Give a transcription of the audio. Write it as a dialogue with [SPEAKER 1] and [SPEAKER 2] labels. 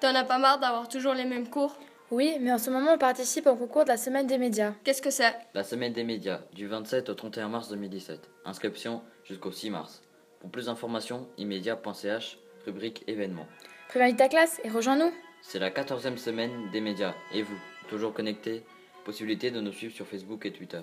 [SPEAKER 1] T'en as pas marre d'avoir toujours les mêmes cours
[SPEAKER 2] Oui, mais en ce moment, on participe au concours de la semaine des médias.
[SPEAKER 1] Qu'est-ce que c'est
[SPEAKER 3] La semaine des médias, du 27 au 31 mars 2017. Inscription jusqu'au 6 mars. Pour plus d'informations, immédiat.ch, rubrique événements.
[SPEAKER 2] Préviens ta classe et rejoins-nous.
[SPEAKER 3] C'est la 14e semaine des médias. Et vous, toujours connectés Possibilité de nous suivre sur Facebook et Twitter.